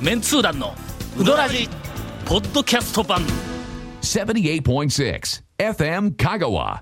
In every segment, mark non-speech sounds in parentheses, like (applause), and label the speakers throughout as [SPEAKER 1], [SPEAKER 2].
[SPEAKER 1] メンツー団のウドラジポッドキャスト版
[SPEAKER 2] 78.6 FM Kagawa.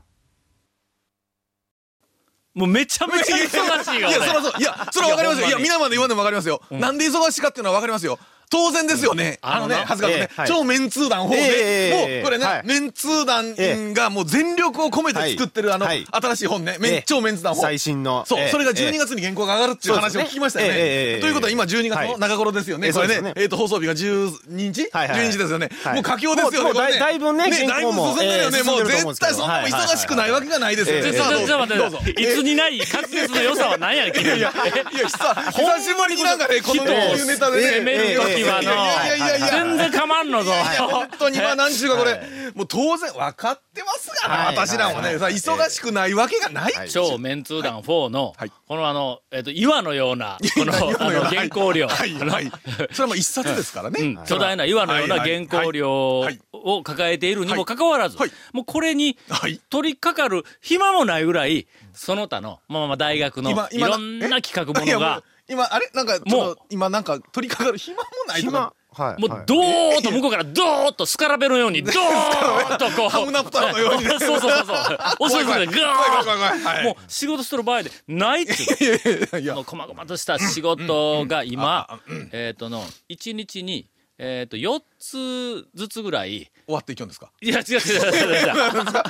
[SPEAKER 1] もうめちゃめちゃ忙しいよ
[SPEAKER 3] いや、
[SPEAKER 1] 俺
[SPEAKER 3] そらそう。いや、それはわかりますよ。
[SPEAKER 1] い
[SPEAKER 3] い
[SPEAKER 1] やほんま
[SPEAKER 3] や、
[SPEAKER 1] に
[SPEAKER 3] 皆まで言わんでもわかりますよ。なんで忙しいかっていうのはわかりますよ。当然ですよね。あのね、
[SPEAKER 4] あのな
[SPEAKER 3] 恥ずかしいね
[SPEAKER 4] ええは。い
[SPEAKER 3] 超メンツー団方で、も
[SPEAKER 4] ええええ
[SPEAKER 3] うこれね
[SPEAKER 4] はい、
[SPEAKER 3] メンツー団がもう全力を込めて作ってるあの、
[SPEAKER 4] はい
[SPEAKER 3] 新しい本ね。
[SPEAKER 4] え
[SPEAKER 3] め
[SPEAKER 4] え
[SPEAKER 3] 超メンツー団本。
[SPEAKER 4] 最新の
[SPEAKER 3] そう
[SPEAKER 4] え、え
[SPEAKER 3] それが12月に原稿が上がるっていう話を聞きましたよ
[SPEAKER 4] そうですねえええええ
[SPEAKER 3] ね。
[SPEAKER 4] え
[SPEAKER 3] ということは今12月の中頃ですよ
[SPEAKER 4] は
[SPEAKER 3] ね。
[SPEAKER 4] い
[SPEAKER 3] これ
[SPEAKER 4] ええそう
[SPEAKER 3] ね
[SPEAKER 4] で、すね
[SPEAKER 3] えっと、放送日が12日
[SPEAKER 4] はいはいはい
[SPEAKER 3] ?12 日ですよね。
[SPEAKER 4] はい
[SPEAKER 3] もう佳境ですよね。
[SPEAKER 4] もうもうだ
[SPEAKER 3] これ
[SPEAKER 4] い
[SPEAKER 3] ね
[SPEAKER 4] だいぶね
[SPEAKER 3] だ
[SPEAKER 4] 原
[SPEAKER 3] いぶ
[SPEAKER 4] 稿
[SPEAKER 3] 進
[SPEAKER 4] も
[SPEAKER 3] んでるよね。
[SPEAKER 4] ええ
[SPEAKER 3] もう
[SPEAKER 4] 進んでると思うんで
[SPEAKER 3] 絶対
[SPEAKER 4] すけど
[SPEAKER 3] そんなもん忙しくないわけがないですよ
[SPEAKER 4] え
[SPEAKER 3] ね。
[SPEAKER 4] え
[SPEAKER 1] ちょ
[SPEAKER 3] さ
[SPEAKER 1] ちょ
[SPEAKER 3] あどう
[SPEAKER 1] ち
[SPEAKER 3] ぞ
[SPEAKER 1] ょ待
[SPEAKER 3] ど
[SPEAKER 1] っ
[SPEAKER 3] う
[SPEAKER 1] て
[SPEAKER 3] ぞ
[SPEAKER 1] くださいいつにない滑舌の良さは何や君
[SPEAKER 3] いや、いや、久久しぶりになんかね、このこういうネタでね、
[SPEAKER 1] 攻める時はの
[SPEAKER 3] いやいやいやいやいや
[SPEAKER 1] 全然構わんのぞ
[SPEAKER 3] いや本当にまあ、なんちゅうかこれ、もう当然分かってますがな、
[SPEAKER 4] はい
[SPEAKER 3] 私らもね、さ忙しくないわけがない。
[SPEAKER 4] はい
[SPEAKER 1] 超メンツー団4の、
[SPEAKER 3] はい
[SPEAKER 1] このあの、えっ、と、岩のような、
[SPEAKER 3] (laughs)
[SPEAKER 1] この、
[SPEAKER 3] いやいや
[SPEAKER 1] あの、
[SPEAKER 3] いや
[SPEAKER 1] 原稿料。
[SPEAKER 3] はい、はい。それも一冊ですからね。
[SPEAKER 1] うん巨大な岩のような原稿料
[SPEAKER 3] はい
[SPEAKER 1] を抱えているにもかかわらず、
[SPEAKER 3] はいはい
[SPEAKER 1] もうこれに
[SPEAKER 3] はい
[SPEAKER 1] 取り掛かる暇もないぐらい、その他の、まあまあ大学の
[SPEAKER 3] 今、
[SPEAKER 1] い
[SPEAKER 3] 今
[SPEAKER 1] ろんな企画も
[SPEAKER 3] いや
[SPEAKER 1] の
[SPEAKER 3] もう
[SPEAKER 1] が、
[SPEAKER 3] 今、あれなんか、
[SPEAKER 1] も
[SPEAKER 3] も
[SPEAKER 1] う
[SPEAKER 3] う、今なんか取り掛かる暇もないと
[SPEAKER 4] 今
[SPEAKER 3] か。
[SPEAKER 4] はい
[SPEAKER 1] も
[SPEAKER 4] は
[SPEAKER 1] う
[SPEAKER 4] い
[SPEAKER 1] ドーッと向こうからドーッとスカラベのよう
[SPEAKER 3] (laughs)
[SPEAKER 1] に、ドーッとこう。
[SPEAKER 3] ハムナプターのようにね
[SPEAKER 1] (laughs) そうそうそうそう。押し寄せて、ガー
[SPEAKER 3] 怖い怖い怖い怖い
[SPEAKER 1] ッもう仕事しとる場合で、ないって
[SPEAKER 3] (laughs)
[SPEAKER 1] いう。
[SPEAKER 3] いやいやいや
[SPEAKER 1] の細々とした仕事が今、えっとの、1日に、えっと、4つずつぐらい、
[SPEAKER 3] 終わっていくんですか
[SPEAKER 1] いや、違う違う違う違う違う。 (laughs) あ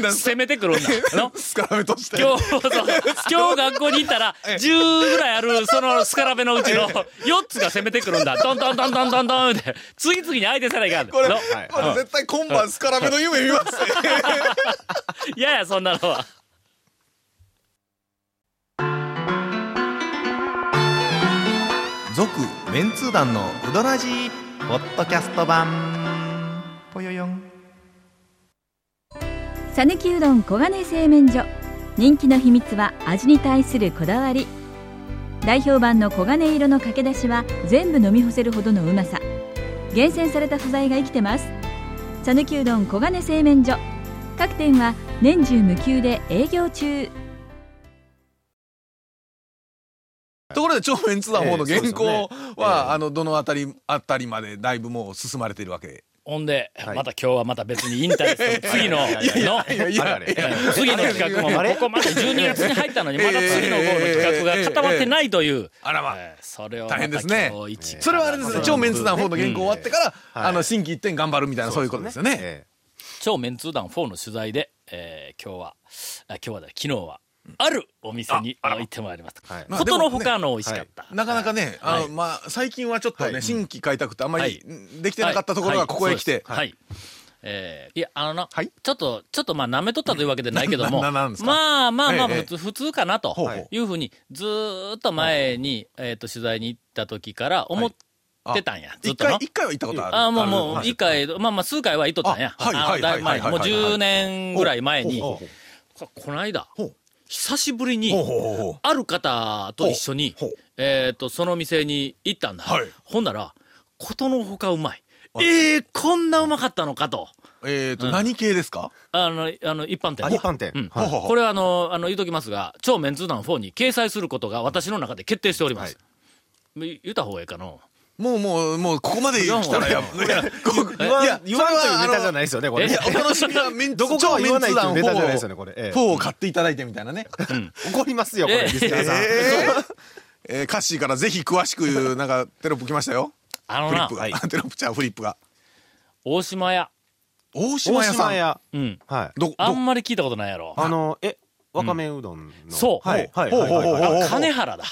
[SPEAKER 1] の攻めてくるんだ。の
[SPEAKER 3] スカラメとして。
[SPEAKER 1] 今日、そう今日学校に行ったら、
[SPEAKER 3] ええ
[SPEAKER 1] 10ぐらいある、そのスカラベのうちの4つが攻めてくるんだ。どんどんどんどんどんどんって、次々に相手さないかん。
[SPEAKER 3] これ、
[SPEAKER 1] の
[SPEAKER 3] これ絶対今晩スカラメの夢見ますね。
[SPEAKER 1] いやいや、そんなのは。
[SPEAKER 5] 続メンツー団のウドラジポッドキャスト版ぽよよん
[SPEAKER 6] さぬきうどん黄金製麺所人気の秘密は味に対するこだわり代表版の黄金色のかけだしは全部飲み干せるほどのうまさ厳選された素材が生きてますさぬきうどん黄金製麺所各店は年中無休で営業中
[SPEAKER 3] ところで超メンツ団方の
[SPEAKER 4] ええ
[SPEAKER 3] 原稿は、
[SPEAKER 4] そうですよねええ
[SPEAKER 3] あのどのあたりあたりまでだいぶもう進まれてるわけ。
[SPEAKER 1] ほんで、
[SPEAKER 4] はい
[SPEAKER 1] また今日はまた別にインタレストの次の、の、
[SPEAKER 4] あれあれ
[SPEAKER 1] 次の企画も、
[SPEAKER 4] あれ
[SPEAKER 1] ここまで12月に入ったのに、まだ次の号の企画が固まってないという。
[SPEAKER 3] あらまあ
[SPEAKER 1] えーそれを
[SPEAKER 3] 大変です
[SPEAKER 1] また
[SPEAKER 3] ね
[SPEAKER 1] 今日一から
[SPEAKER 3] それはあれですね超メンツ団方の原稿終わってから、
[SPEAKER 4] はい
[SPEAKER 3] あの新規一点頑張るみたいなそういうことですよね。
[SPEAKER 4] え
[SPEAKER 1] 超メンツー団4の取材で、えー今日は、あ今日はだ、昨日は、あるお店にあ行ってまいりました。
[SPEAKER 4] はい
[SPEAKER 1] ことのほかの美味しかった。
[SPEAKER 3] なかなかね、あの
[SPEAKER 1] はい
[SPEAKER 3] まあ、最近はちょっとね、
[SPEAKER 4] はい
[SPEAKER 3] 新規開拓ってあんま
[SPEAKER 1] は
[SPEAKER 3] り
[SPEAKER 1] い
[SPEAKER 3] うんできてなかったところがここへ来て、
[SPEAKER 1] はい。はいそうですはいえーいや、あのな、
[SPEAKER 3] はい
[SPEAKER 1] ちょっと、ちょっとまあ、舐めとったというわけでないけども、
[SPEAKER 3] なななんですか
[SPEAKER 1] まあまあまあ、
[SPEAKER 3] ええ
[SPEAKER 1] 普通、普通かなと
[SPEAKER 3] ほうほう
[SPEAKER 1] いうふうに、ずーっと前に、えっ、と、取材に行った時から思ってたんや、ずっ
[SPEAKER 3] 一
[SPEAKER 1] との
[SPEAKER 3] 回、一回は行ったことある。
[SPEAKER 1] ああ、もう、
[SPEAKER 3] ある
[SPEAKER 1] もう、
[SPEAKER 3] はい
[SPEAKER 1] 一回、まあまあ、数回は行っとったんや。
[SPEAKER 3] あはい
[SPEAKER 1] あの
[SPEAKER 3] はい
[SPEAKER 1] だいぶ前に
[SPEAKER 3] はい
[SPEAKER 1] もう
[SPEAKER 3] はいはい
[SPEAKER 1] 10年ぐらい前に、
[SPEAKER 3] ほ
[SPEAKER 1] この間
[SPEAKER 3] ほう、
[SPEAKER 1] 久しぶりに、
[SPEAKER 3] ほうほうほうほう
[SPEAKER 1] ある方と一緒に
[SPEAKER 3] ほうほう、
[SPEAKER 1] えっと、その店に行ったんだ
[SPEAKER 3] はい。
[SPEAKER 1] ほんなら、ことのほかうまい。ええ、こんなうまかったのかと。
[SPEAKER 3] えっと、
[SPEAKER 1] うん
[SPEAKER 3] 何系ですか
[SPEAKER 1] あの、あの、一般店
[SPEAKER 4] え。。一般店
[SPEAKER 1] うん。
[SPEAKER 3] ほうほうほう
[SPEAKER 1] これはあの、あの、言うときますが、超メンツー団4に掲載することが私の中で決定しております。言った方がいいかの
[SPEAKER 3] もうもう、もう、ここまで来たらやばいや。ここ
[SPEAKER 4] 言わん
[SPEAKER 3] いや
[SPEAKER 4] 言わんというネタじ
[SPEAKER 3] それはあの
[SPEAKER 4] ゃないですよねこ
[SPEAKER 1] え
[SPEAKER 4] れ
[SPEAKER 3] いや、お楽しみはメン、
[SPEAKER 4] どこかは言わないっていうネタじゃないですよね
[SPEAKER 3] 超メンツ団
[SPEAKER 4] これええ
[SPEAKER 3] フォーをフォーを買っていただいてみたいなね。
[SPEAKER 4] 怒りますよこ
[SPEAKER 1] ええ
[SPEAKER 4] れリスナーさん
[SPEAKER 3] えー、カッシーからぜひ詳しく言う、なんか、テロップ来ましたよ。
[SPEAKER 1] あの
[SPEAKER 3] フリッ
[SPEAKER 1] な
[SPEAKER 3] プ、が。テロップちゃう、フリップが。
[SPEAKER 1] 大島屋。
[SPEAKER 3] 大島
[SPEAKER 4] 大
[SPEAKER 3] 屋さ
[SPEAKER 4] 島
[SPEAKER 3] ん。
[SPEAKER 4] 屋
[SPEAKER 1] うん。
[SPEAKER 4] はい
[SPEAKER 3] ど、ど、
[SPEAKER 1] あんまり聞いたことないやろ。
[SPEAKER 4] あのえわかめうどんの
[SPEAKER 1] そう
[SPEAKER 4] はいはい
[SPEAKER 3] ほう
[SPEAKER 4] はい
[SPEAKER 3] ほうほう
[SPEAKER 4] はい
[SPEAKER 3] ほうほう
[SPEAKER 1] 金原だ。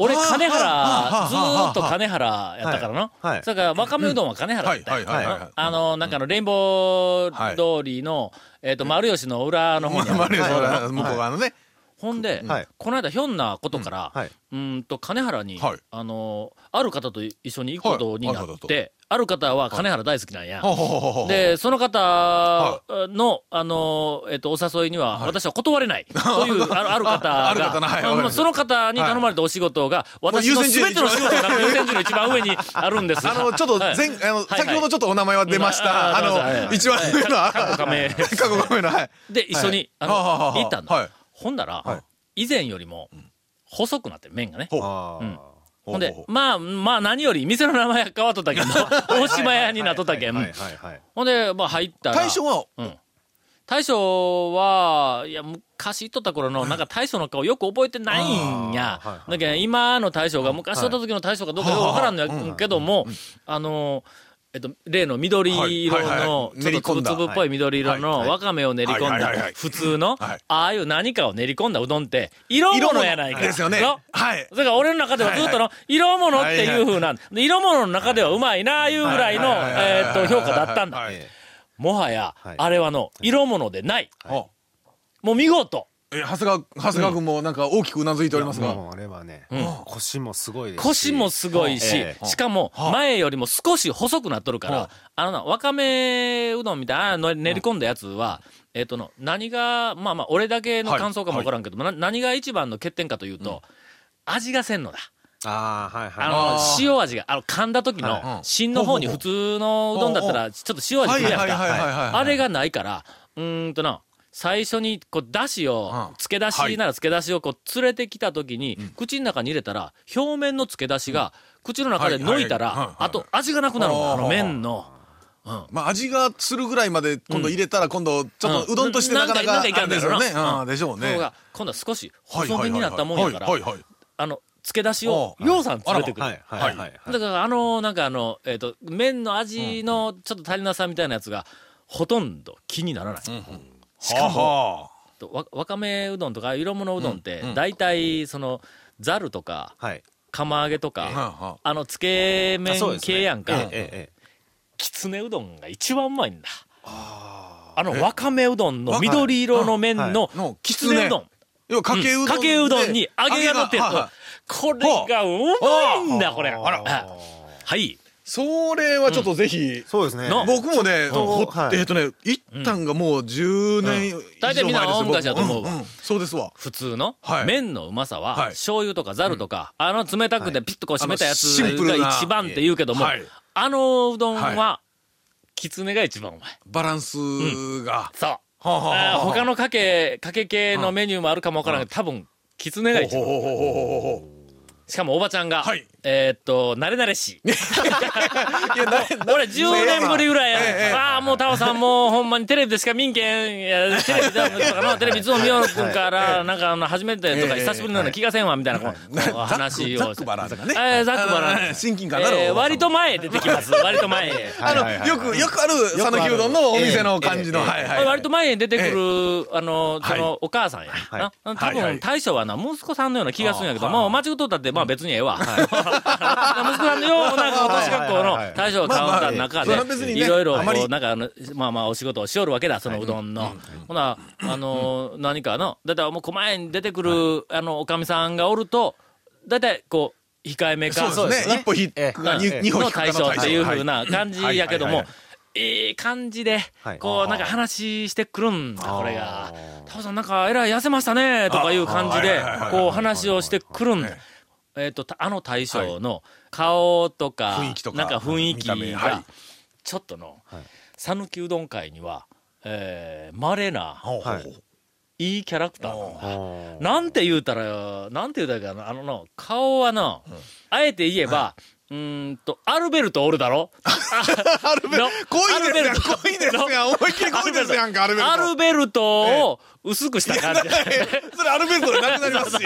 [SPEAKER 1] 俺、
[SPEAKER 3] あー
[SPEAKER 1] 金
[SPEAKER 3] あ
[SPEAKER 1] 原、
[SPEAKER 3] ー
[SPEAKER 1] ずーっと金原やったからな。
[SPEAKER 4] はいはい
[SPEAKER 1] だから、わかめうどんは金原だった
[SPEAKER 3] はいはいはいはいはい
[SPEAKER 1] あの、なんかあの、レインボー通りの、えっと、丸吉の裏の方
[SPEAKER 3] (laughs)
[SPEAKER 1] にある。
[SPEAKER 3] まあ、ね、それ
[SPEAKER 1] はい
[SPEAKER 3] は向こう側のね。
[SPEAKER 1] ほんで
[SPEAKER 4] はい、
[SPEAKER 1] この間、ひょんなことから
[SPEAKER 4] うんはい、
[SPEAKER 1] うーんと、金原に
[SPEAKER 3] はい、
[SPEAKER 1] あの、ある方と一緒に行くことにな
[SPEAKER 3] はいある
[SPEAKER 1] っ
[SPEAKER 3] 方
[SPEAKER 1] て、ある方は金原大好きなんや。
[SPEAKER 3] ほうほうほうほう
[SPEAKER 1] で、その方の、あの、えっと、お誘いには、私は断れ
[SPEAKER 3] (laughs)
[SPEAKER 1] ない。という、あるある方が。
[SPEAKER 3] ある方なはいわかりました
[SPEAKER 1] まあその方に頼まれたお仕事が、私の
[SPEAKER 3] もう優先順
[SPEAKER 1] 全
[SPEAKER 3] 位
[SPEAKER 1] ての仕事の中で優先順位の一番上にあるんです。
[SPEAKER 3] あの、ちょっと前、あの、
[SPEAKER 1] はい
[SPEAKER 3] 先ほどちょっとお名前は出まし
[SPEAKER 1] うんあ
[SPEAKER 3] た。
[SPEAKER 1] ーどうぞ
[SPEAKER 3] あ
[SPEAKER 1] は
[SPEAKER 3] の、
[SPEAKER 1] い
[SPEAKER 3] 一番上の、あ
[SPEAKER 1] 過去仮名
[SPEAKER 3] 過去仮名の、はい。
[SPEAKER 1] で、一緒に、あの
[SPEAKER 3] はあはあはあ
[SPEAKER 1] 行ったんだ。
[SPEAKER 3] はい
[SPEAKER 1] ほんなら、以前よりも、細くなってる、麺がね。
[SPEAKER 3] ほう
[SPEAKER 4] あ
[SPEAKER 1] うん
[SPEAKER 4] ー
[SPEAKER 1] ほんで
[SPEAKER 3] ほうほうほ、う
[SPEAKER 1] まあ、まあ何より、店の名前は変わっとったけど、大島屋になっとったけん。
[SPEAKER 4] はいはいはい。
[SPEAKER 1] ほんで、まあ入ったら。
[SPEAKER 3] 大将は、
[SPEAKER 1] うん。大将は、いや、昔行っとった頃の、なんか大将の顔よく覚えてないんや。
[SPEAKER 4] あーはいはいはい
[SPEAKER 1] だけど、今の大将が昔行った時の大将かどうかよくわからんのやけども、あの、えっと、例の緑色
[SPEAKER 3] はいはいはい
[SPEAKER 1] の、ち
[SPEAKER 3] 練
[SPEAKER 1] ょ
[SPEAKER 3] り
[SPEAKER 1] っと
[SPEAKER 3] 込
[SPEAKER 1] 粒
[SPEAKER 3] んだ
[SPEAKER 1] 々っぽい緑色
[SPEAKER 3] はい
[SPEAKER 1] の
[SPEAKER 3] はい
[SPEAKER 1] わかめを練り込ん
[SPEAKER 3] はいはいはい
[SPEAKER 1] だ
[SPEAKER 3] はい、
[SPEAKER 1] 普通の、
[SPEAKER 3] は
[SPEAKER 1] あ
[SPEAKER 3] い
[SPEAKER 1] あいう何かを練り込んだうどんって、色物やないか。
[SPEAKER 3] ですよね
[SPEAKER 1] そう。
[SPEAKER 3] はい
[SPEAKER 1] そ。れから俺の中ではずっとの、色物っていうふうな、で色物の中ではうまいな、いうぐらいの、
[SPEAKER 3] はいはいはいはい
[SPEAKER 1] えーっと、評価だったんだ。
[SPEAKER 3] はい
[SPEAKER 4] え
[SPEAKER 1] もはや
[SPEAKER 4] はい、
[SPEAKER 1] あれはの、色物でない。
[SPEAKER 3] あ
[SPEAKER 1] もう見事。
[SPEAKER 3] え、長谷川、長谷川君もなんか大きくうなずいております
[SPEAKER 4] え
[SPEAKER 3] が。
[SPEAKER 4] もうあれはね
[SPEAKER 1] うん、
[SPEAKER 4] 腰もすごいですし。
[SPEAKER 1] 腰もすごいし
[SPEAKER 4] ええ、
[SPEAKER 1] しかも、前よりも少し細くなっとるから、あのな、わかめうどんみたいなあの練り込んだやつは、えっとの、何が、まあまあ、俺だけの感想かもわからんけど、な何が一番の欠点かというと、味がせんのだ。
[SPEAKER 4] ああ、はいはい。
[SPEAKER 1] あ
[SPEAKER 4] あ
[SPEAKER 1] の
[SPEAKER 3] あ、ー
[SPEAKER 1] 塩味が、あの、噛んだ時
[SPEAKER 4] は
[SPEAKER 1] の、芯の方に普通のうどんだったら、ちょっと塩味するやんか。
[SPEAKER 3] い
[SPEAKER 1] あれがないから、うーんとな、最初に、こう、だしを
[SPEAKER 3] うん、
[SPEAKER 1] 漬け出しなら漬け出しをこう、連れてきたときに、口の中に入れたら、表面の漬け出しが、口の中でのいた
[SPEAKER 3] はいはいはい
[SPEAKER 1] ら
[SPEAKER 3] は、い
[SPEAKER 1] あと味がなくなるの、
[SPEAKER 3] あー
[SPEAKER 1] あの麺の。
[SPEAKER 3] まあ味がするぐらいまで今度入れたら今度ちょっ
[SPEAKER 1] う
[SPEAKER 3] と
[SPEAKER 1] ん
[SPEAKER 3] うどんとしてなかなか
[SPEAKER 1] なんかいかんだ
[SPEAKER 3] です
[SPEAKER 1] ろうな
[SPEAKER 3] よね。
[SPEAKER 1] うん
[SPEAKER 3] うんでしょう
[SPEAKER 1] とこ
[SPEAKER 3] ね
[SPEAKER 1] ろ。が、今度は少し
[SPEAKER 3] はい
[SPEAKER 1] 細
[SPEAKER 3] はいはいはい
[SPEAKER 1] 身になったもんやから
[SPEAKER 3] はい、はいはい
[SPEAKER 1] あの、漬け出しを、
[SPEAKER 3] あー
[SPEAKER 1] ようさん連れてくる
[SPEAKER 4] は。いはいはい。
[SPEAKER 1] だから、あの、なんかあの、えっと、麺の味のちょっと足りなさみたいなやつが、ほとんど気にならない。しかも、
[SPEAKER 3] は
[SPEAKER 1] とわわかめうどんとか色物うどんって
[SPEAKER 3] うんうん
[SPEAKER 1] 大体そのざるとか
[SPEAKER 4] はい。
[SPEAKER 1] 釜揚げと
[SPEAKER 3] あはあ
[SPEAKER 1] か
[SPEAKER 3] はあは
[SPEAKER 1] あのつけ
[SPEAKER 4] あそう
[SPEAKER 1] 麺
[SPEAKER 4] ですね
[SPEAKER 1] 系やん
[SPEAKER 4] ええ
[SPEAKER 1] か
[SPEAKER 4] えええ
[SPEAKER 1] きつねうどんが一番うまいんだあのわかめうどんの緑色の麺の
[SPEAKER 3] あの
[SPEAKER 1] きつねうどん
[SPEAKER 3] 要はかけうどんで。
[SPEAKER 1] かけうどんに揚げが乗ってる
[SPEAKER 3] 揚げがはいはい
[SPEAKER 1] これがうまいんだこれ
[SPEAKER 4] あ
[SPEAKER 1] あはい
[SPEAKER 3] それはちょっとぜひ。
[SPEAKER 4] そうですね。
[SPEAKER 1] の
[SPEAKER 3] 僕もね、
[SPEAKER 4] と
[SPEAKER 3] ほ
[SPEAKER 4] はい
[SPEAKER 3] えっとね、一旦がもう10年以上前です
[SPEAKER 1] 大体みんな大昔だと思うわ
[SPEAKER 3] 僕んんそうですわ。
[SPEAKER 1] 普通の
[SPEAKER 3] はい
[SPEAKER 1] 麺のうまさは
[SPEAKER 3] はい
[SPEAKER 1] 醤油とかざるとかあの冷たくてピッとこう締めたやつ
[SPEAKER 3] あのシンプ
[SPEAKER 1] が
[SPEAKER 3] ルな
[SPEAKER 1] 一番って言うけども
[SPEAKER 3] はい
[SPEAKER 1] あのうどんは
[SPEAKER 3] は
[SPEAKER 1] きつねが一番うまい
[SPEAKER 3] バランスが。
[SPEAKER 1] そう
[SPEAKER 3] はあは
[SPEAKER 1] あ
[SPEAKER 3] あ
[SPEAKER 1] ー
[SPEAKER 3] はあ
[SPEAKER 1] 他のかけ、かけ系のメニューもあるかもわからんけど、多分、きつねが一
[SPEAKER 3] ほう
[SPEAKER 1] 番。
[SPEAKER 3] ほうほうほうほうほう
[SPEAKER 1] しかもおばちゃんが、
[SPEAKER 3] はい
[SPEAKER 1] えーっと、慣れ慣れしい。
[SPEAKER 3] いやなな
[SPEAKER 1] 俺、10年ぶりぐらいや、
[SPEAKER 3] ええええ
[SPEAKER 1] ああ、もうタオさんもうほんまにテレビでしか民権、いやテレ
[SPEAKER 3] (laughs)
[SPEAKER 1] ビでとかの、テレビいつも見ようから、なんかあの初めてとか
[SPEAKER 3] ええ
[SPEAKER 1] 久しぶりなの気がせんわ、みたいなこう
[SPEAKER 3] な
[SPEAKER 1] こう話を
[SPEAKER 3] ザックザックバランスがね。
[SPEAKER 1] えーザックバランス
[SPEAKER 3] あー親近感のある
[SPEAKER 1] えー
[SPEAKER 3] おばさん
[SPEAKER 1] 割と前へ出てきます。割と前へ。
[SPEAKER 4] はいはい
[SPEAKER 3] あの、よく、よくある、
[SPEAKER 4] よ
[SPEAKER 3] 讃
[SPEAKER 4] くあ
[SPEAKER 3] 岐
[SPEAKER 4] る
[SPEAKER 3] うどんのお店の感じの、
[SPEAKER 4] ええ
[SPEAKER 3] はいはい。
[SPEAKER 1] 割と前に出てくる、あの、そ
[SPEAKER 3] は
[SPEAKER 1] の、お母さんや。
[SPEAKER 4] い
[SPEAKER 1] な多
[SPEAKER 3] はいは
[SPEAKER 1] 分、
[SPEAKER 3] い
[SPEAKER 1] 大将はな、息子さんのような気がするんやけど、
[SPEAKER 3] あー
[SPEAKER 1] もう間違うとったって、まあ別にええわ。 (laughs) 息子さんのような、なんか、年学校の大将がカウンターの中
[SPEAKER 3] まあまあそれは別
[SPEAKER 1] で、
[SPEAKER 3] に
[SPEAKER 1] い
[SPEAKER 3] ね
[SPEAKER 1] ろいろ、
[SPEAKER 3] あま
[SPEAKER 1] こう、
[SPEAKER 3] り
[SPEAKER 1] なんかあの、まあまあ、お仕事をしよるわけだ、そのうどんの。ほな、あの、何かの、だいたいもう、小前に出てくる、あの、おかみさんがおると、だいたい、こう、控えめか、
[SPEAKER 3] そうですね。一歩引く
[SPEAKER 1] う
[SPEAKER 3] か、
[SPEAKER 1] ん
[SPEAKER 3] 二歩
[SPEAKER 1] の
[SPEAKER 3] 引くか
[SPEAKER 1] 対象っていうふう
[SPEAKER 3] は
[SPEAKER 1] な感じやけど
[SPEAKER 3] は
[SPEAKER 1] も
[SPEAKER 3] いはいはい、
[SPEAKER 1] いい感じで
[SPEAKER 4] は、い
[SPEAKER 1] こう、なんか話してくるんだ、これが。タオさん、なんか、えらい痩せましたね、とかいう感じで
[SPEAKER 3] あーはいはいはいは、い
[SPEAKER 1] こう、話をしてくるんだ
[SPEAKER 3] え。
[SPEAKER 1] えっと、たあの大将の顔とか
[SPEAKER 3] 雰囲気と、か
[SPEAKER 1] なんか雰囲気
[SPEAKER 3] 見た目はい
[SPEAKER 1] が、ちょっとの、讃岐うどん界には、えー稀な、
[SPEAKER 3] ほうほうほう
[SPEAKER 1] いいキャラクターなんだ。
[SPEAKER 4] あ
[SPEAKER 1] なんて言うたら、なんて言うたらいいかな、あのな、顔はな、あえて言えば、うーんと、アルベルトおるだろアルベルト
[SPEAKER 3] 濃いですやん、濃いですやん。思いっきり濃いですやんか、アルベルト。
[SPEAKER 1] アルベルトを薄くした感じ。
[SPEAKER 3] それアルベルトでなくなりますし。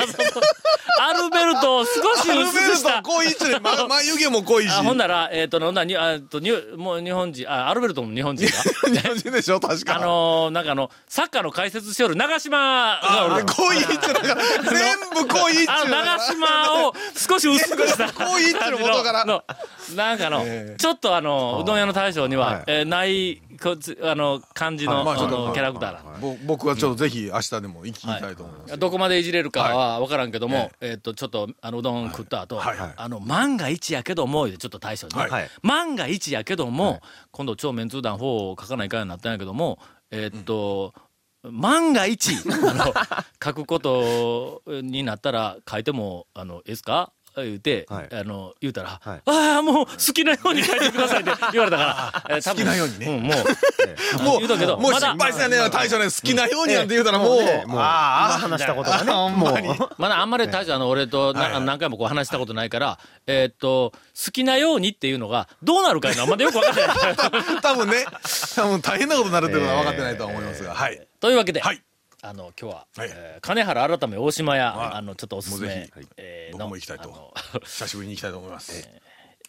[SPEAKER 1] アルベルトを少し
[SPEAKER 3] アル
[SPEAKER 1] 薄
[SPEAKER 3] ベ
[SPEAKER 1] く
[SPEAKER 3] ル
[SPEAKER 1] した
[SPEAKER 3] ト。濃いし、ま眉毛も濃いし。
[SPEAKER 1] あほんなら、えっ、と、ほんならに、あえっとに、もう日本人、あ、アルベルトも日本人か。
[SPEAKER 3] 日本人でしょ、確か。
[SPEAKER 1] あのー、なんかあの、サッカーの解説しよる長島がおる
[SPEAKER 3] あ、濃いってなんか、全部濃いって
[SPEAKER 1] あの長島を少し薄くした
[SPEAKER 3] (laughs) 濃いっての元から
[SPEAKER 1] のなんかの、
[SPEAKER 3] ええ
[SPEAKER 1] ちょっとあのうどん屋の大将には、
[SPEAKER 4] はい
[SPEAKER 1] えーないこつあの感じの、
[SPEAKER 3] はいまあちょっと
[SPEAKER 1] あの
[SPEAKER 3] はい
[SPEAKER 1] キャラクターだ、
[SPEAKER 3] ぼ僕はちょっとぜひ明日でも行き
[SPEAKER 1] は
[SPEAKER 3] たいと思います。
[SPEAKER 1] どこまでいじれるかは分からんけども、えっとちょっとあのうどん食った後、
[SPEAKER 3] はいはい
[SPEAKER 1] あの万が一やけども言うてちょっと大将に、
[SPEAKER 3] はい
[SPEAKER 4] はい
[SPEAKER 1] 万が一やけども、今度超メンツー団法を書かないかんようになったんやけどもえっと、万が
[SPEAKER 3] (laughs)
[SPEAKER 1] 一あの書くことになったら書いてもあのいいですか言うて、
[SPEAKER 4] はい
[SPEAKER 1] あの、言うたら、
[SPEAKER 4] はい
[SPEAKER 1] ああ、もう好きなように書いてくださいって言われた
[SPEAKER 3] (laughs)
[SPEAKER 1] から、えー多分
[SPEAKER 3] 好きなようにね
[SPEAKER 1] んもう、
[SPEAKER 3] もう、
[SPEAKER 1] 言うたけど
[SPEAKER 3] もう
[SPEAKER 1] ま
[SPEAKER 3] 失
[SPEAKER 1] だ
[SPEAKER 3] 敗したね、大将ね、好きなようになんて言うたらもう、
[SPEAKER 4] もうああ話したことがねもう
[SPEAKER 1] まだあんまり大将、あの、俺とな、何回もこう話したことないから、えーっと、好きなようにっていうのが、どうなるかいうのはまだよくわからない。
[SPEAKER 3] 多分ね、多分大変なことになるっていうのは分かってないとは思いますが、はい。
[SPEAKER 1] (laughs) というわけで、
[SPEAKER 3] はい
[SPEAKER 1] あの今日は、
[SPEAKER 3] はい
[SPEAKER 1] えー金原改め大島屋、
[SPEAKER 3] はい
[SPEAKER 1] あのちょっとおすすめ、
[SPEAKER 3] もうぜひはい
[SPEAKER 1] え
[SPEAKER 3] 僕も行きたいと
[SPEAKER 1] あの
[SPEAKER 3] 久しぶりに行きたいと思います。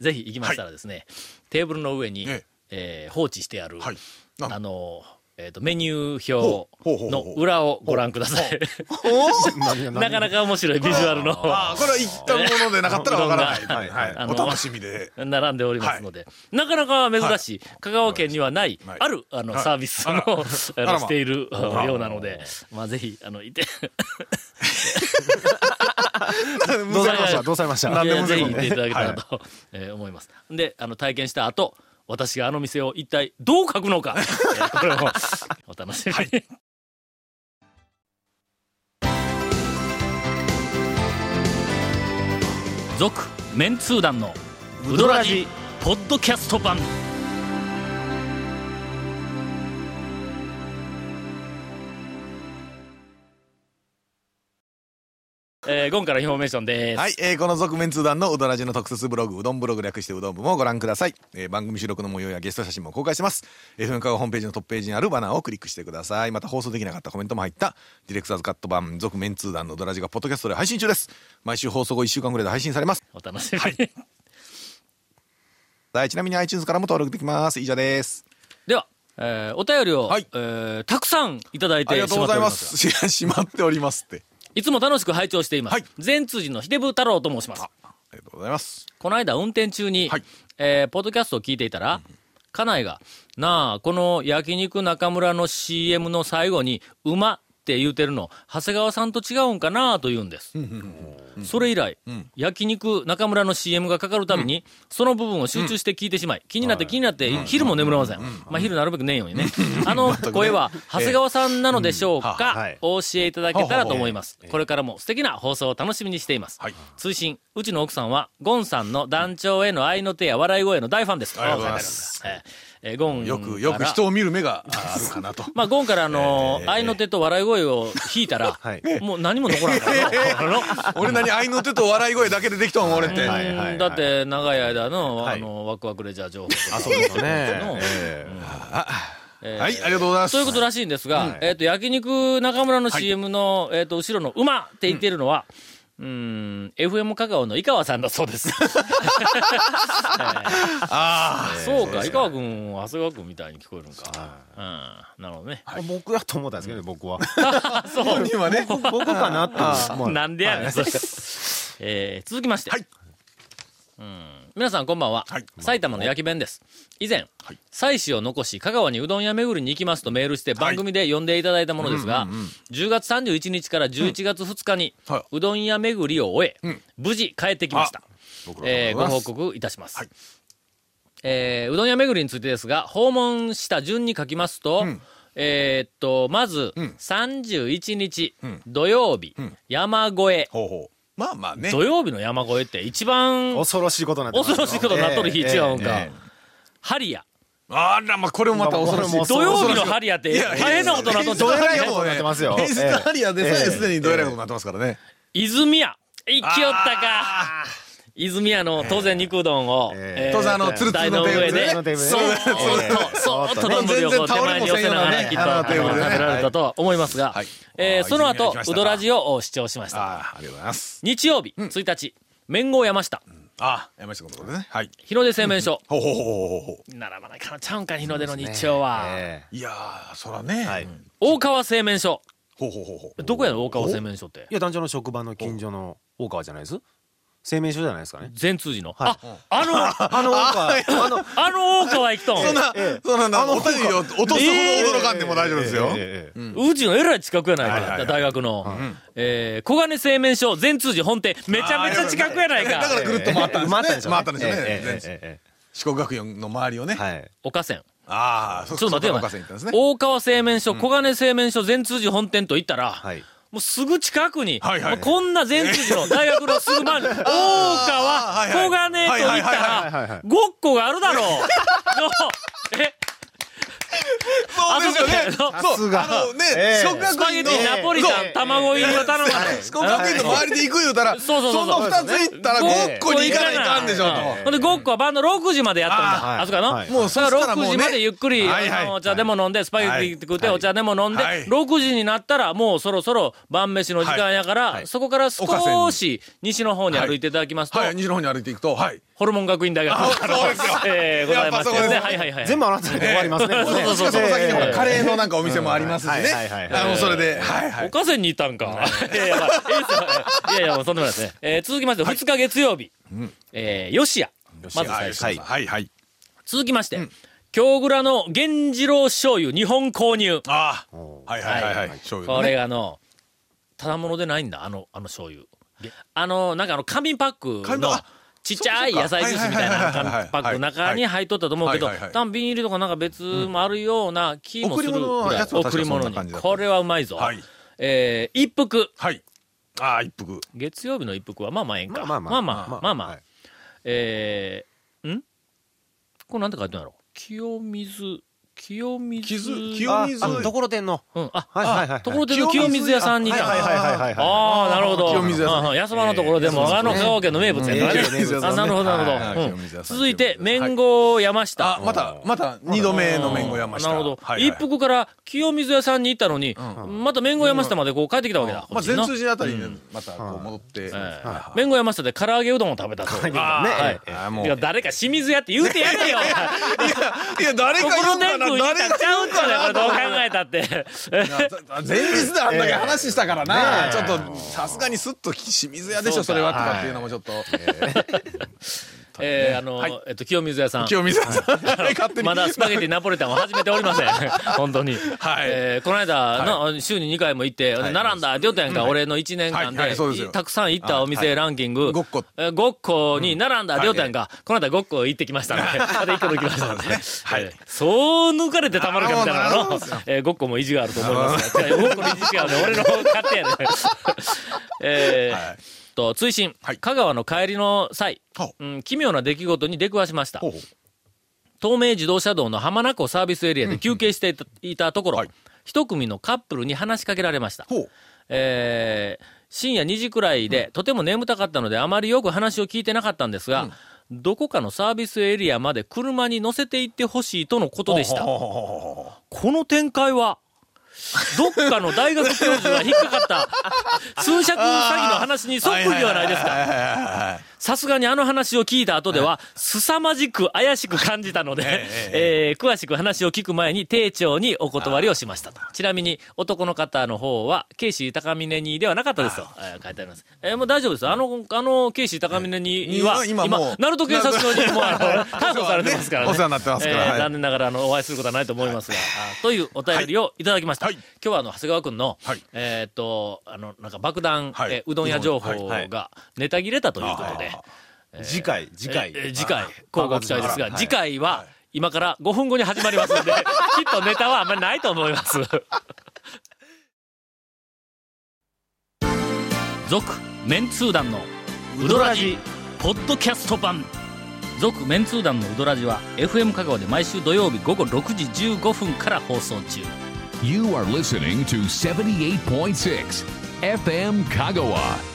[SPEAKER 1] ぜひ行きましたらですね、テーブルの上に、
[SPEAKER 3] え
[SPEAKER 1] えー放置してある、
[SPEAKER 3] はい。
[SPEAKER 1] あ
[SPEAKER 3] な
[SPEAKER 1] の、えー、とメニュー
[SPEAKER 3] ほうほう
[SPEAKER 1] 表
[SPEAKER 3] ほう
[SPEAKER 1] の
[SPEAKER 3] ほう
[SPEAKER 1] 裏をご覧くださ (laughs) い
[SPEAKER 4] (laughs)
[SPEAKER 1] なかなか面白いビジュアルの
[SPEAKER 3] あー、これは一旦ものでなかったら分から
[SPEAKER 1] う
[SPEAKER 3] ない。
[SPEAKER 1] どんが
[SPEAKER 3] はいはい
[SPEAKER 1] あの
[SPEAKER 3] お楽しみで。
[SPEAKER 1] 並んでおりますので、なかなか珍しい、香川県にはない、
[SPEAKER 3] はい
[SPEAKER 1] あるあの、
[SPEAKER 3] はい
[SPEAKER 1] サービスの (laughs) あの
[SPEAKER 3] あらま
[SPEAKER 1] しているあの
[SPEAKER 3] あら
[SPEAKER 1] ようなので、まあ、ぜひあのいて
[SPEAKER 4] どうされましたどうされました
[SPEAKER 1] いや
[SPEAKER 4] も
[SPEAKER 1] ぜひ行っていただけたら (laughs) と、えー思います。で、あの、体験した後、私があの店を一体どう書くの (laughs) か、えーこれもお楽しみに。続、メンツー団のウドラジポッドキャスト版。えー、ゴンからインフォメーションです。
[SPEAKER 3] はい、えーこの続面通談のうどらじの特設ブログ、うどんブログ略してうどん部もご覧ください。えー番組収録の模様やゲスト写真も公開してます。FM カゴホームページのトップページにあるバナーをクリックしてください。また放送できなかったコメントも入った、ディレクターズカット版、続面通談のうどらじがポッドキャストで配信中です。毎週放送後1週間ぐらいで配信されます。
[SPEAKER 1] お楽しみに。
[SPEAKER 3] はい、ちなみに iTunes からも登録できます。以上です。
[SPEAKER 1] (laughs) では、えーお便りを、
[SPEAKER 3] はい
[SPEAKER 1] えーたくさんいただい
[SPEAKER 3] あ
[SPEAKER 1] て
[SPEAKER 3] り
[SPEAKER 1] しまっ
[SPEAKER 3] がと
[SPEAKER 1] て
[SPEAKER 3] う
[SPEAKER 1] お
[SPEAKER 3] ござい
[SPEAKER 1] り
[SPEAKER 3] ま
[SPEAKER 1] ます
[SPEAKER 3] す。ししまっておりますって。
[SPEAKER 1] いつも楽しく拝聴しています。
[SPEAKER 3] はい
[SPEAKER 1] 前通寺の秀部太郎と申します。
[SPEAKER 3] ありがとうございます。
[SPEAKER 1] この間運転中に、
[SPEAKER 3] はい
[SPEAKER 1] えーポッドキャストを聞いていたら、家内が、なあ、この焼肉中村の CM の最後に、馬って言うてるの、長谷川さんと違うんかなと言うんです。それ以来、焼肉中村の CM がかかるたびに、その部分を集中して聞いてしまい、気になって気になって、昼も眠れません。まあ昼なるべくねえようにね。あ (laughs) の声は、長谷川さんなのでしょう
[SPEAKER 4] うんは
[SPEAKER 1] か
[SPEAKER 4] い
[SPEAKER 1] お教えいただけたらと思います。これからも素敵な放送を楽しみにしています。
[SPEAKER 3] はい。
[SPEAKER 1] 通信、うちの奥さんは、ゴンさんの団長への愛の手や笑い声の大ファンです。
[SPEAKER 3] ありがとうございます
[SPEAKER 1] あ書いてあるんだ。えーえーゴン
[SPEAKER 3] よく、よく人を見る目がああるかなと。
[SPEAKER 1] まあ、ゴンから、あのー愛の手と笑い声を引いた
[SPEAKER 3] (laughs)
[SPEAKER 1] ら、
[SPEAKER 4] はい
[SPEAKER 1] もう何も残らんからのあの
[SPEAKER 3] 俺なに愛の手と笑い声だけでできたん俺って。
[SPEAKER 4] はいはいはい
[SPEAKER 1] だって、長い間の、
[SPEAKER 4] は
[SPEAKER 1] あ
[SPEAKER 4] い
[SPEAKER 1] の、ワクワクレジャー情報とか
[SPEAKER 4] あそう
[SPEAKER 1] (laughs)
[SPEAKER 4] ですよね
[SPEAKER 1] の
[SPEAKER 4] ええ
[SPEAKER 1] えー
[SPEAKER 3] はい、ありがとうございます。
[SPEAKER 1] そういうことらしいんですが、えっ、と、焼肉中村の CM の、えっ、と、後ろの馬って言ってるのは、うーん、FM 香川の井川さんだそう
[SPEAKER 3] (laughs)
[SPEAKER 1] です。
[SPEAKER 3] あ
[SPEAKER 1] そうか、井川君、長谷川君みたいに聞こえるんか。うん、なるほどね。
[SPEAKER 4] 僕やと思ったんですけど
[SPEAKER 1] (laughs)
[SPEAKER 4] ね僕は
[SPEAKER 3] あ、本人はね。
[SPEAKER 4] 僕かなって思う
[SPEAKER 1] なんでやねん、それ (laughs) えー続きまして。
[SPEAKER 3] はい
[SPEAKER 1] うん皆さんこんばんは、
[SPEAKER 3] はい
[SPEAKER 1] 埼玉の焼き弁です以前、妻子を残し香川にうどん屋巡りに行きますとメールして番組で呼んでいただいたものですが、10月31日から11月2日に
[SPEAKER 3] はいう
[SPEAKER 1] どん屋巡りを終え、無事帰ってきましたえーご報告いたします、
[SPEAKER 3] はい
[SPEAKER 1] えーうどん屋巡りについてですが訪問した順に書きますと、えーっとまず、
[SPEAKER 3] ん
[SPEAKER 1] 31日、
[SPEAKER 3] ん
[SPEAKER 1] 土曜日、山越え
[SPEAKER 3] ほうほう。まあまあね。
[SPEAKER 1] 土曜日の山越えって一番
[SPEAKER 4] 恐ろしいことになってます
[SPEAKER 1] 恐ろしいことになっとる日違うんか、
[SPEAKER 3] ええ
[SPEAKER 1] ハリア
[SPEAKER 3] あら、まあこれもまた恐ろしい。
[SPEAKER 4] まあこ
[SPEAKER 1] 土
[SPEAKER 4] れも恐ろしい
[SPEAKER 1] 曜日のハリアって大変なことになっと
[SPEAKER 3] の
[SPEAKER 1] る
[SPEAKER 4] どうやらい
[SPEAKER 3] も
[SPEAKER 4] ことになってますよ
[SPEAKER 3] 平日のハリアでさえすでにどうやらいことになってますからね。
[SPEAKER 1] 泉屋行きよったか泉屋の当然肉うどんを、
[SPEAKER 4] ええ
[SPEAKER 3] 当然あの、つるつるのテーブルで
[SPEAKER 1] 台
[SPEAKER 4] の
[SPEAKER 3] ね。(laughs)
[SPEAKER 4] テーブルで
[SPEAKER 3] そうだ、
[SPEAKER 4] ええ
[SPEAKER 3] そうだ。
[SPEAKER 1] そう、
[SPEAKER 4] ええ
[SPEAKER 1] とどんぶりをこう手前に寄せながら、きっと、あの食べられたとは思いますが
[SPEAKER 3] はい、
[SPEAKER 1] えー
[SPEAKER 3] あー
[SPEAKER 1] その後
[SPEAKER 3] 泉屋行き、ました
[SPEAKER 1] う
[SPEAKER 3] か
[SPEAKER 1] どらじを視聴しました。
[SPEAKER 3] ああ、ありがとうございます。
[SPEAKER 1] 日曜日、1日、麺号山下、
[SPEAKER 3] ああ、山下君のところでね。はい。
[SPEAKER 1] 日の出製麺所、
[SPEAKER 3] ほうほうほうほうほう。
[SPEAKER 1] 並ばないかな、ちゃうんか、日の出の日曜は。
[SPEAKER 4] え
[SPEAKER 3] いやー、そらね。
[SPEAKER 4] えはいい
[SPEAKER 1] 大川製麺所、
[SPEAKER 3] ほうほうほうほう。
[SPEAKER 1] どこやの大川製麺所って。
[SPEAKER 4] や団長の職場の近所の大川じゃないです生命所じゃないですかね
[SPEAKER 1] 全通寺の。
[SPEAKER 4] はい
[SPEAKER 1] あ、あの、
[SPEAKER 4] あの大川あの
[SPEAKER 3] (laughs)
[SPEAKER 1] あの大川行きとん。
[SPEAKER 3] そんな、そんなな、お便りを落とすほど驚かんでも大丈夫ですよ。
[SPEAKER 4] えええええ
[SPEAKER 1] 宇治のえらい近くやないか、
[SPEAKER 3] はいはいはい
[SPEAKER 1] 大学の、えー、小金製麺所全通寺本店めちゃめちゃ近くやないか
[SPEAKER 3] だからぐるっと回ったんですね。回ったんですよ
[SPEAKER 4] ええええ
[SPEAKER 3] ね。
[SPEAKER 4] えええ
[SPEAKER 3] 四国学院の周りをね。
[SPEAKER 4] えはい
[SPEAKER 1] おかせん
[SPEAKER 3] ああ、そ
[SPEAKER 1] ちょっと待てよ
[SPEAKER 3] そこからお母さん行ったんですね。
[SPEAKER 1] 大川製麺所小金製麺所全通寺本店と言ったら、
[SPEAKER 4] はい
[SPEAKER 1] もうすぐ近くに、
[SPEAKER 3] はいはい
[SPEAKER 1] もうこんな前知事の大学のすぐ前に、大川、
[SPEAKER 3] はいはい
[SPEAKER 1] 小金といっ
[SPEAKER 3] はい
[SPEAKER 4] はいはいはいは
[SPEAKER 1] たら
[SPEAKER 4] い、
[SPEAKER 1] ごっこがあるだろう。のえ
[SPEAKER 3] そうですよね。
[SPEAKER 1] あそ
[SPEAKER 3] そうう
[SPEAKER 1] か。
[SPEAKER 4] さすが
[SPEAKER 3] あのね、
[SPEAKER 4] ええ
[SPEAKER 3] 小
[SPEAKER 1] スパ
[SPEAKER 3] 学
[SPEAKER 1] ゲ
[SPEAKER 3] 院
[SPEAKER 1] テ
[SPEAKER 3] の、
[SPEAKER 1] ィ、ナポリタン、卵入りを頼まない。
[SPEAKER 3] 小学院の周りで行く言うたら、
[SPEAKER 1] そうそうそうそう
[SPEAKER 3] の二つ行ったら、ごっこに行かないかんでしょ、
[SPEAKER 1] ほんで、ごっこは晩の6時までやったんだ。
[SPEAKER 4] あ
[SPEAKER 1] あ
[SPEAKER 4] ー
[SPEAKER 1] そこか
[SPEAKER 4] は
[SPEAKER 1] の
[SPEAKER 4] い
[SPEAKER 3] もうそ
[SPEAKER 1] だ
[SPEAKER 3] し
[SPEAKER 1] か
[SPEAKER 3] た
[SPEAKER 1] ら
[SPEAKER 3] ら
[SPEAKER 1] 6
[SPEAKER 3] もう
[SPEAKER 1] 時
[SPEAKER 3] ね
[SPEAKER 1] までゆっくり、
[SPEAKER 3] はいはい
[SPEAKER 1] あのお茶でも飲んで、スパゲティ食って、
[SPEAKER 3] はい
[SPEAKER 1] お茶でも飲んで、
[SPEAKER 3] はい
[SPEAKER 1] 6時になったら、もうそろそろ晩飯の時間やから、そこから少し西の方に歩いていただきます
[SPEAKER 3] と。
[SPEAKER 1] と、
[SPEAKER 3] はい、西の方に歩いていくと、はい。
[SPEAKER 1] ホルモン学院大学
[SPEAKER 3] あそうですよ
[SPEAKER 1] えーございましてですね。
[SPEAKER 3] やっぱそうです
[SPEAKER 1] はいはいはい。
[SPEAKER 4] 全部あなたで終わりますね。
[SPEAKER 1] そうそうそう
[SPEAKER 3] しかもその先にほ
[SPEAKER 4] え
[SPEAKER 3] ら、
[SPEAKER 4] え
[SPEAKER 3] カレーのなんかお店もありますし
[SPEAKER 4] うんはい
[SPEAKER 3] ね
[SPEAKER 4] はい。はい
[SPEAKER 3] あの、それで、はいは
[SPEAKER 1] お
[SPEAKER 3] い。
[SPEAKER 1] かせにいたんか。いやいや、まあ、いいですよいやいや、もうそんでもないですね。えー続きまして、2日月曜日、えー、吉谷。まず最初
[SPEAKER 3] はいはいはいはい。
[SPEAKER 1] 続きまして、京蔵の源次郎醤油日本購入。
[SPEAKER 3] ああ。はいはいはいはい。醤油
[SPEAKER 1] こ
[SPEAKER 3] のね
[SPEAKER 1] れがあの、ただものでないんだ、あの、あの醤油。あの、なんかあの、紙パック
[SPEAKER 3] 紙
[SPEAKER 1] の
[SPEAKER 3] のあ、
[SPEAKER 1] ちっちゃい野菜ジュースみたいな
[SPEAKER 3] そうそうそう
[SPEAKER 1] 紙パックの中に入っとったと思うけど
[SPEAKER 3] はいはいは、い
[SPEAKER 1] 多分ビニールとかなんか別もあるような気もするぐらい。
[SPEAKER 3] 贈り物のやつは確かそんな感じだった
[SPEAKER 1] これはうまいぞ。
[SPEAKER 3] はい
[SPEAKER 1] えー一服。
[SPEAKER 3] はい。ああ、一服。
[SPEAKER 1] 月曜日の一服はまあまあええん
[SPEAKER 4] ま
[SPEAKER 1] か。
[SPEAKER 4] あまあ
[SPEAKER 1] まあまあ、まあまあ
[SPEAKER 4] はい
[SPEAKER 1] えー、んこれなんて書いてんだろう清水、清水。
[SPEAKER 3] 傷
[SPEAKER 4] あ
[SPEAKER 3] 清水
[SPEAKER 4] あところてんの。
[SPEAKER 1] うん、あ、
[SPEAKER 4] はいはいはい。
[SPEAKER 1] ところでの清水屋さんにいたん
[SPEAKER 4] はいはいはいはいはい。
[SPEAKER 1] ああ、なるほど。
[SPEAKER 3] 清水屋さんね
[SPEAKER 1] うんうん安間のところでも、あの、香川県の名物やからね
[SPEAKER 4] ええ清水屋さん
[SPEAKER 1] あ
[SPEAKER 4] ね
[SPEAKER 1] なるほど、な
[SPEAKER 3] は
[SPEAKER 1] る
[SPEAKER 3] い
[SPEAKER 1] ほ
[SPEAKER 3] はい
[SPEAKER 1] どうん
[SPEAKER 3] 清水。屋さん
[SPEAKER 1] 続いて、
[SPEAKER 3] 清水屋さん
[SPEAKER 1] 麺後山下。
[SPEAKER 3] あ、また、また、二度目の麺後山下。
[SPEAKER 1] なるほど
[SPEAKER 3] は。い
[SPEAKER 1] 一
[SPEAKER 3] はい
[SPEAKER 1] 服から清水屋さんに行ったのに、また麺後山下までこう帰ってきたわけだ。こ
[SPEAKER 3] ま
[SPEAKER 1] っ
[SPEAKER 3] あ、
[SPEAKER 1] ちに
[SPEAKER 3] 前
[SPEAKER 1] な
[SPEAKER 3] 通寺あたりにまたこう戻って。
[SPEAKER 1] ええ
[SPEAKER 3] は
[SPEAKER 1] 麺後山下で唐揚げうどんを食べたそう。は
[SPEAKER 4] あね
[SPEAKER 1] い。
[SPEAKER 3] いああ、もう。
[SPEAKER 1] い
[SPEAKER 3] い
[SPEAKER 1] や、
[SPEAKER 3] や、
[SPEAKER 1] 誰か清水屋って言うてやれ (laughs) よ。
[SPEAKER 3] いや誰
[SPEAKER 1] と
[SPEAKER 3] か
[SPEAKER 1] ころ
[SPEAKER 3] 言う
[SPEAKER 1] で
[SPEAKER 3] か
[SPEAKER 1] んくん
[SPEAKER 3] な、
[SPEAKER 1] 行っ
[SPEAKER 3] 誰
[SPEAKER 1] た
[SPEAKER 3] か
[SPEAKER 1] ちゃうんちゃうね、これどう考
[SPEAKER 3] 言うかな。
[SPEAKER 1] えたって。
[SPEAKER 3] (laughs) 前日であんだけ話したからな、ちょっとさすがにすっと清水屋でしょそれはとかっていうのもちょっと、
[SPEAKER 1] えーあの、えっと、清水屋さん。
[SPEAKER 3] 清水屋さん勝手に
[SPEAKER 1] まだスパゲティナポリタンを始めておりま
[SPEAKER 3] (laughs)
[SPEAKER 1] せん。本当に。
[SPEAKER 3] はい
[SPEAKER 1] えーこの間、な週に2回も行って、並んだ、出よったやんか、俺の1年間
[SPEAKER 3] はいはいそうです
[SPEAKER 1] で、
[SPEAKER 3] よ
[SPEAKER 1] たくさん行ったお店ランキング。
[SPEAKER 3] いごっこ
[SPEAKER 1] えーごっこに並んだ、出よったやんか。この間ごっこ行ってきましたので、また一個も行きましたので。
[SPEAKER 3] は
[SPEAKER 1] え
[SPEAKER 3] い
[SPEAKER 1] ーそう抜かれてたまるかみたいな
[SPEAKER 3] あーもうなるほ
[SPEAKER 1] の
[SPEAKER 3] どですよ。
[SPEAKER 1] えーごっこも意地があると思いますが。違うごっこの意地があるね。俺の勝手やね。えー
[SPEAKER 3] はい
[SPEAKER 1] と、追伸、
[SPEAKER 3] はい
[SPEAKER 1] 香川の帰りの際、
[SPEAKER 3] ほ
[SPEAKER 1] うん、奇妙な出来事に出くわしました
[SPEAKER 3] ほう。ほう
[SPEAKER 1] 東名自動車道の浜名湖サービスエリアで休憩していた,、ところ、
[SPEAKER 3] はい
[SPEAKER 1] 一組のカップルに話しかけられました。
[SPEAKER 3] ほう
[SPEAKER 1] えー深夜2時くらいで、とても眠たかったので、あまりよく話を聞いてなかったんですが、どこかのサービスエリアまで車に乗せていってほしいとのことでした。この展開は、どっかの大学教授が引っかか (laughs) った、寸借詐欺の話にそっくりではないですか。さすがにあの話を聞いた後では、凄まじく怪しく感じたので、えー詳しく話を聞く前に丁重にお断りをしましたと。ちなみに、男の方の方は、ケイシー高峰にではなかったですと、えー書いてあります。えーもう大丈夫です。あの、あの、ケイシー高峰には、
[SPEAKER 3] 今
[SPEAKER 1] 今、
[SPEAKER 3] もう
[SPEAKER 1] ナルト警察署にもう、あの、逮捕されてますからね。
[SPEAKER 3] お世話になってますか
[SPEAKER 1] え
[SPEAKER 3] ら
[SPEAKER 1] ー
[SPEAKER 3] はい
[SPEAKER 1] 残念ながら、あの、お会いすることはないと思いますが、あというお便りをいただきました。
[SPEAKER 3] はい
[SPEAKER 1] 今日は、あの、長谷川君の、
[SPEAKER 3] はい
[SPEAKER 1] えーっと、あの、なんか爆弾、
[SPEAKER 3] は
[SPEAKER 1] え
[SPEAKER 3] い
[SPEAKER 1] ーうどん屋情報
[SPEAKER 3] はいはい
[SPEAKER 1] がネタ切れたということで、
[SPEAKER 4] 次回、次回
[SPEAKER 1] え。ー次回、広告期待ですが、次回は今から5分後に始まります (laughs) ので、きっとネタはあんまりないと思います。 (laughs) 続、メンツー団のウドラジ、ポッドキャスト版。続、メンツー団のウドラジは、FM 香川で毎週土曜日午後6時15分から放送中。
[SPEAKER 2] You are listening to 78.6 FM Kagawa.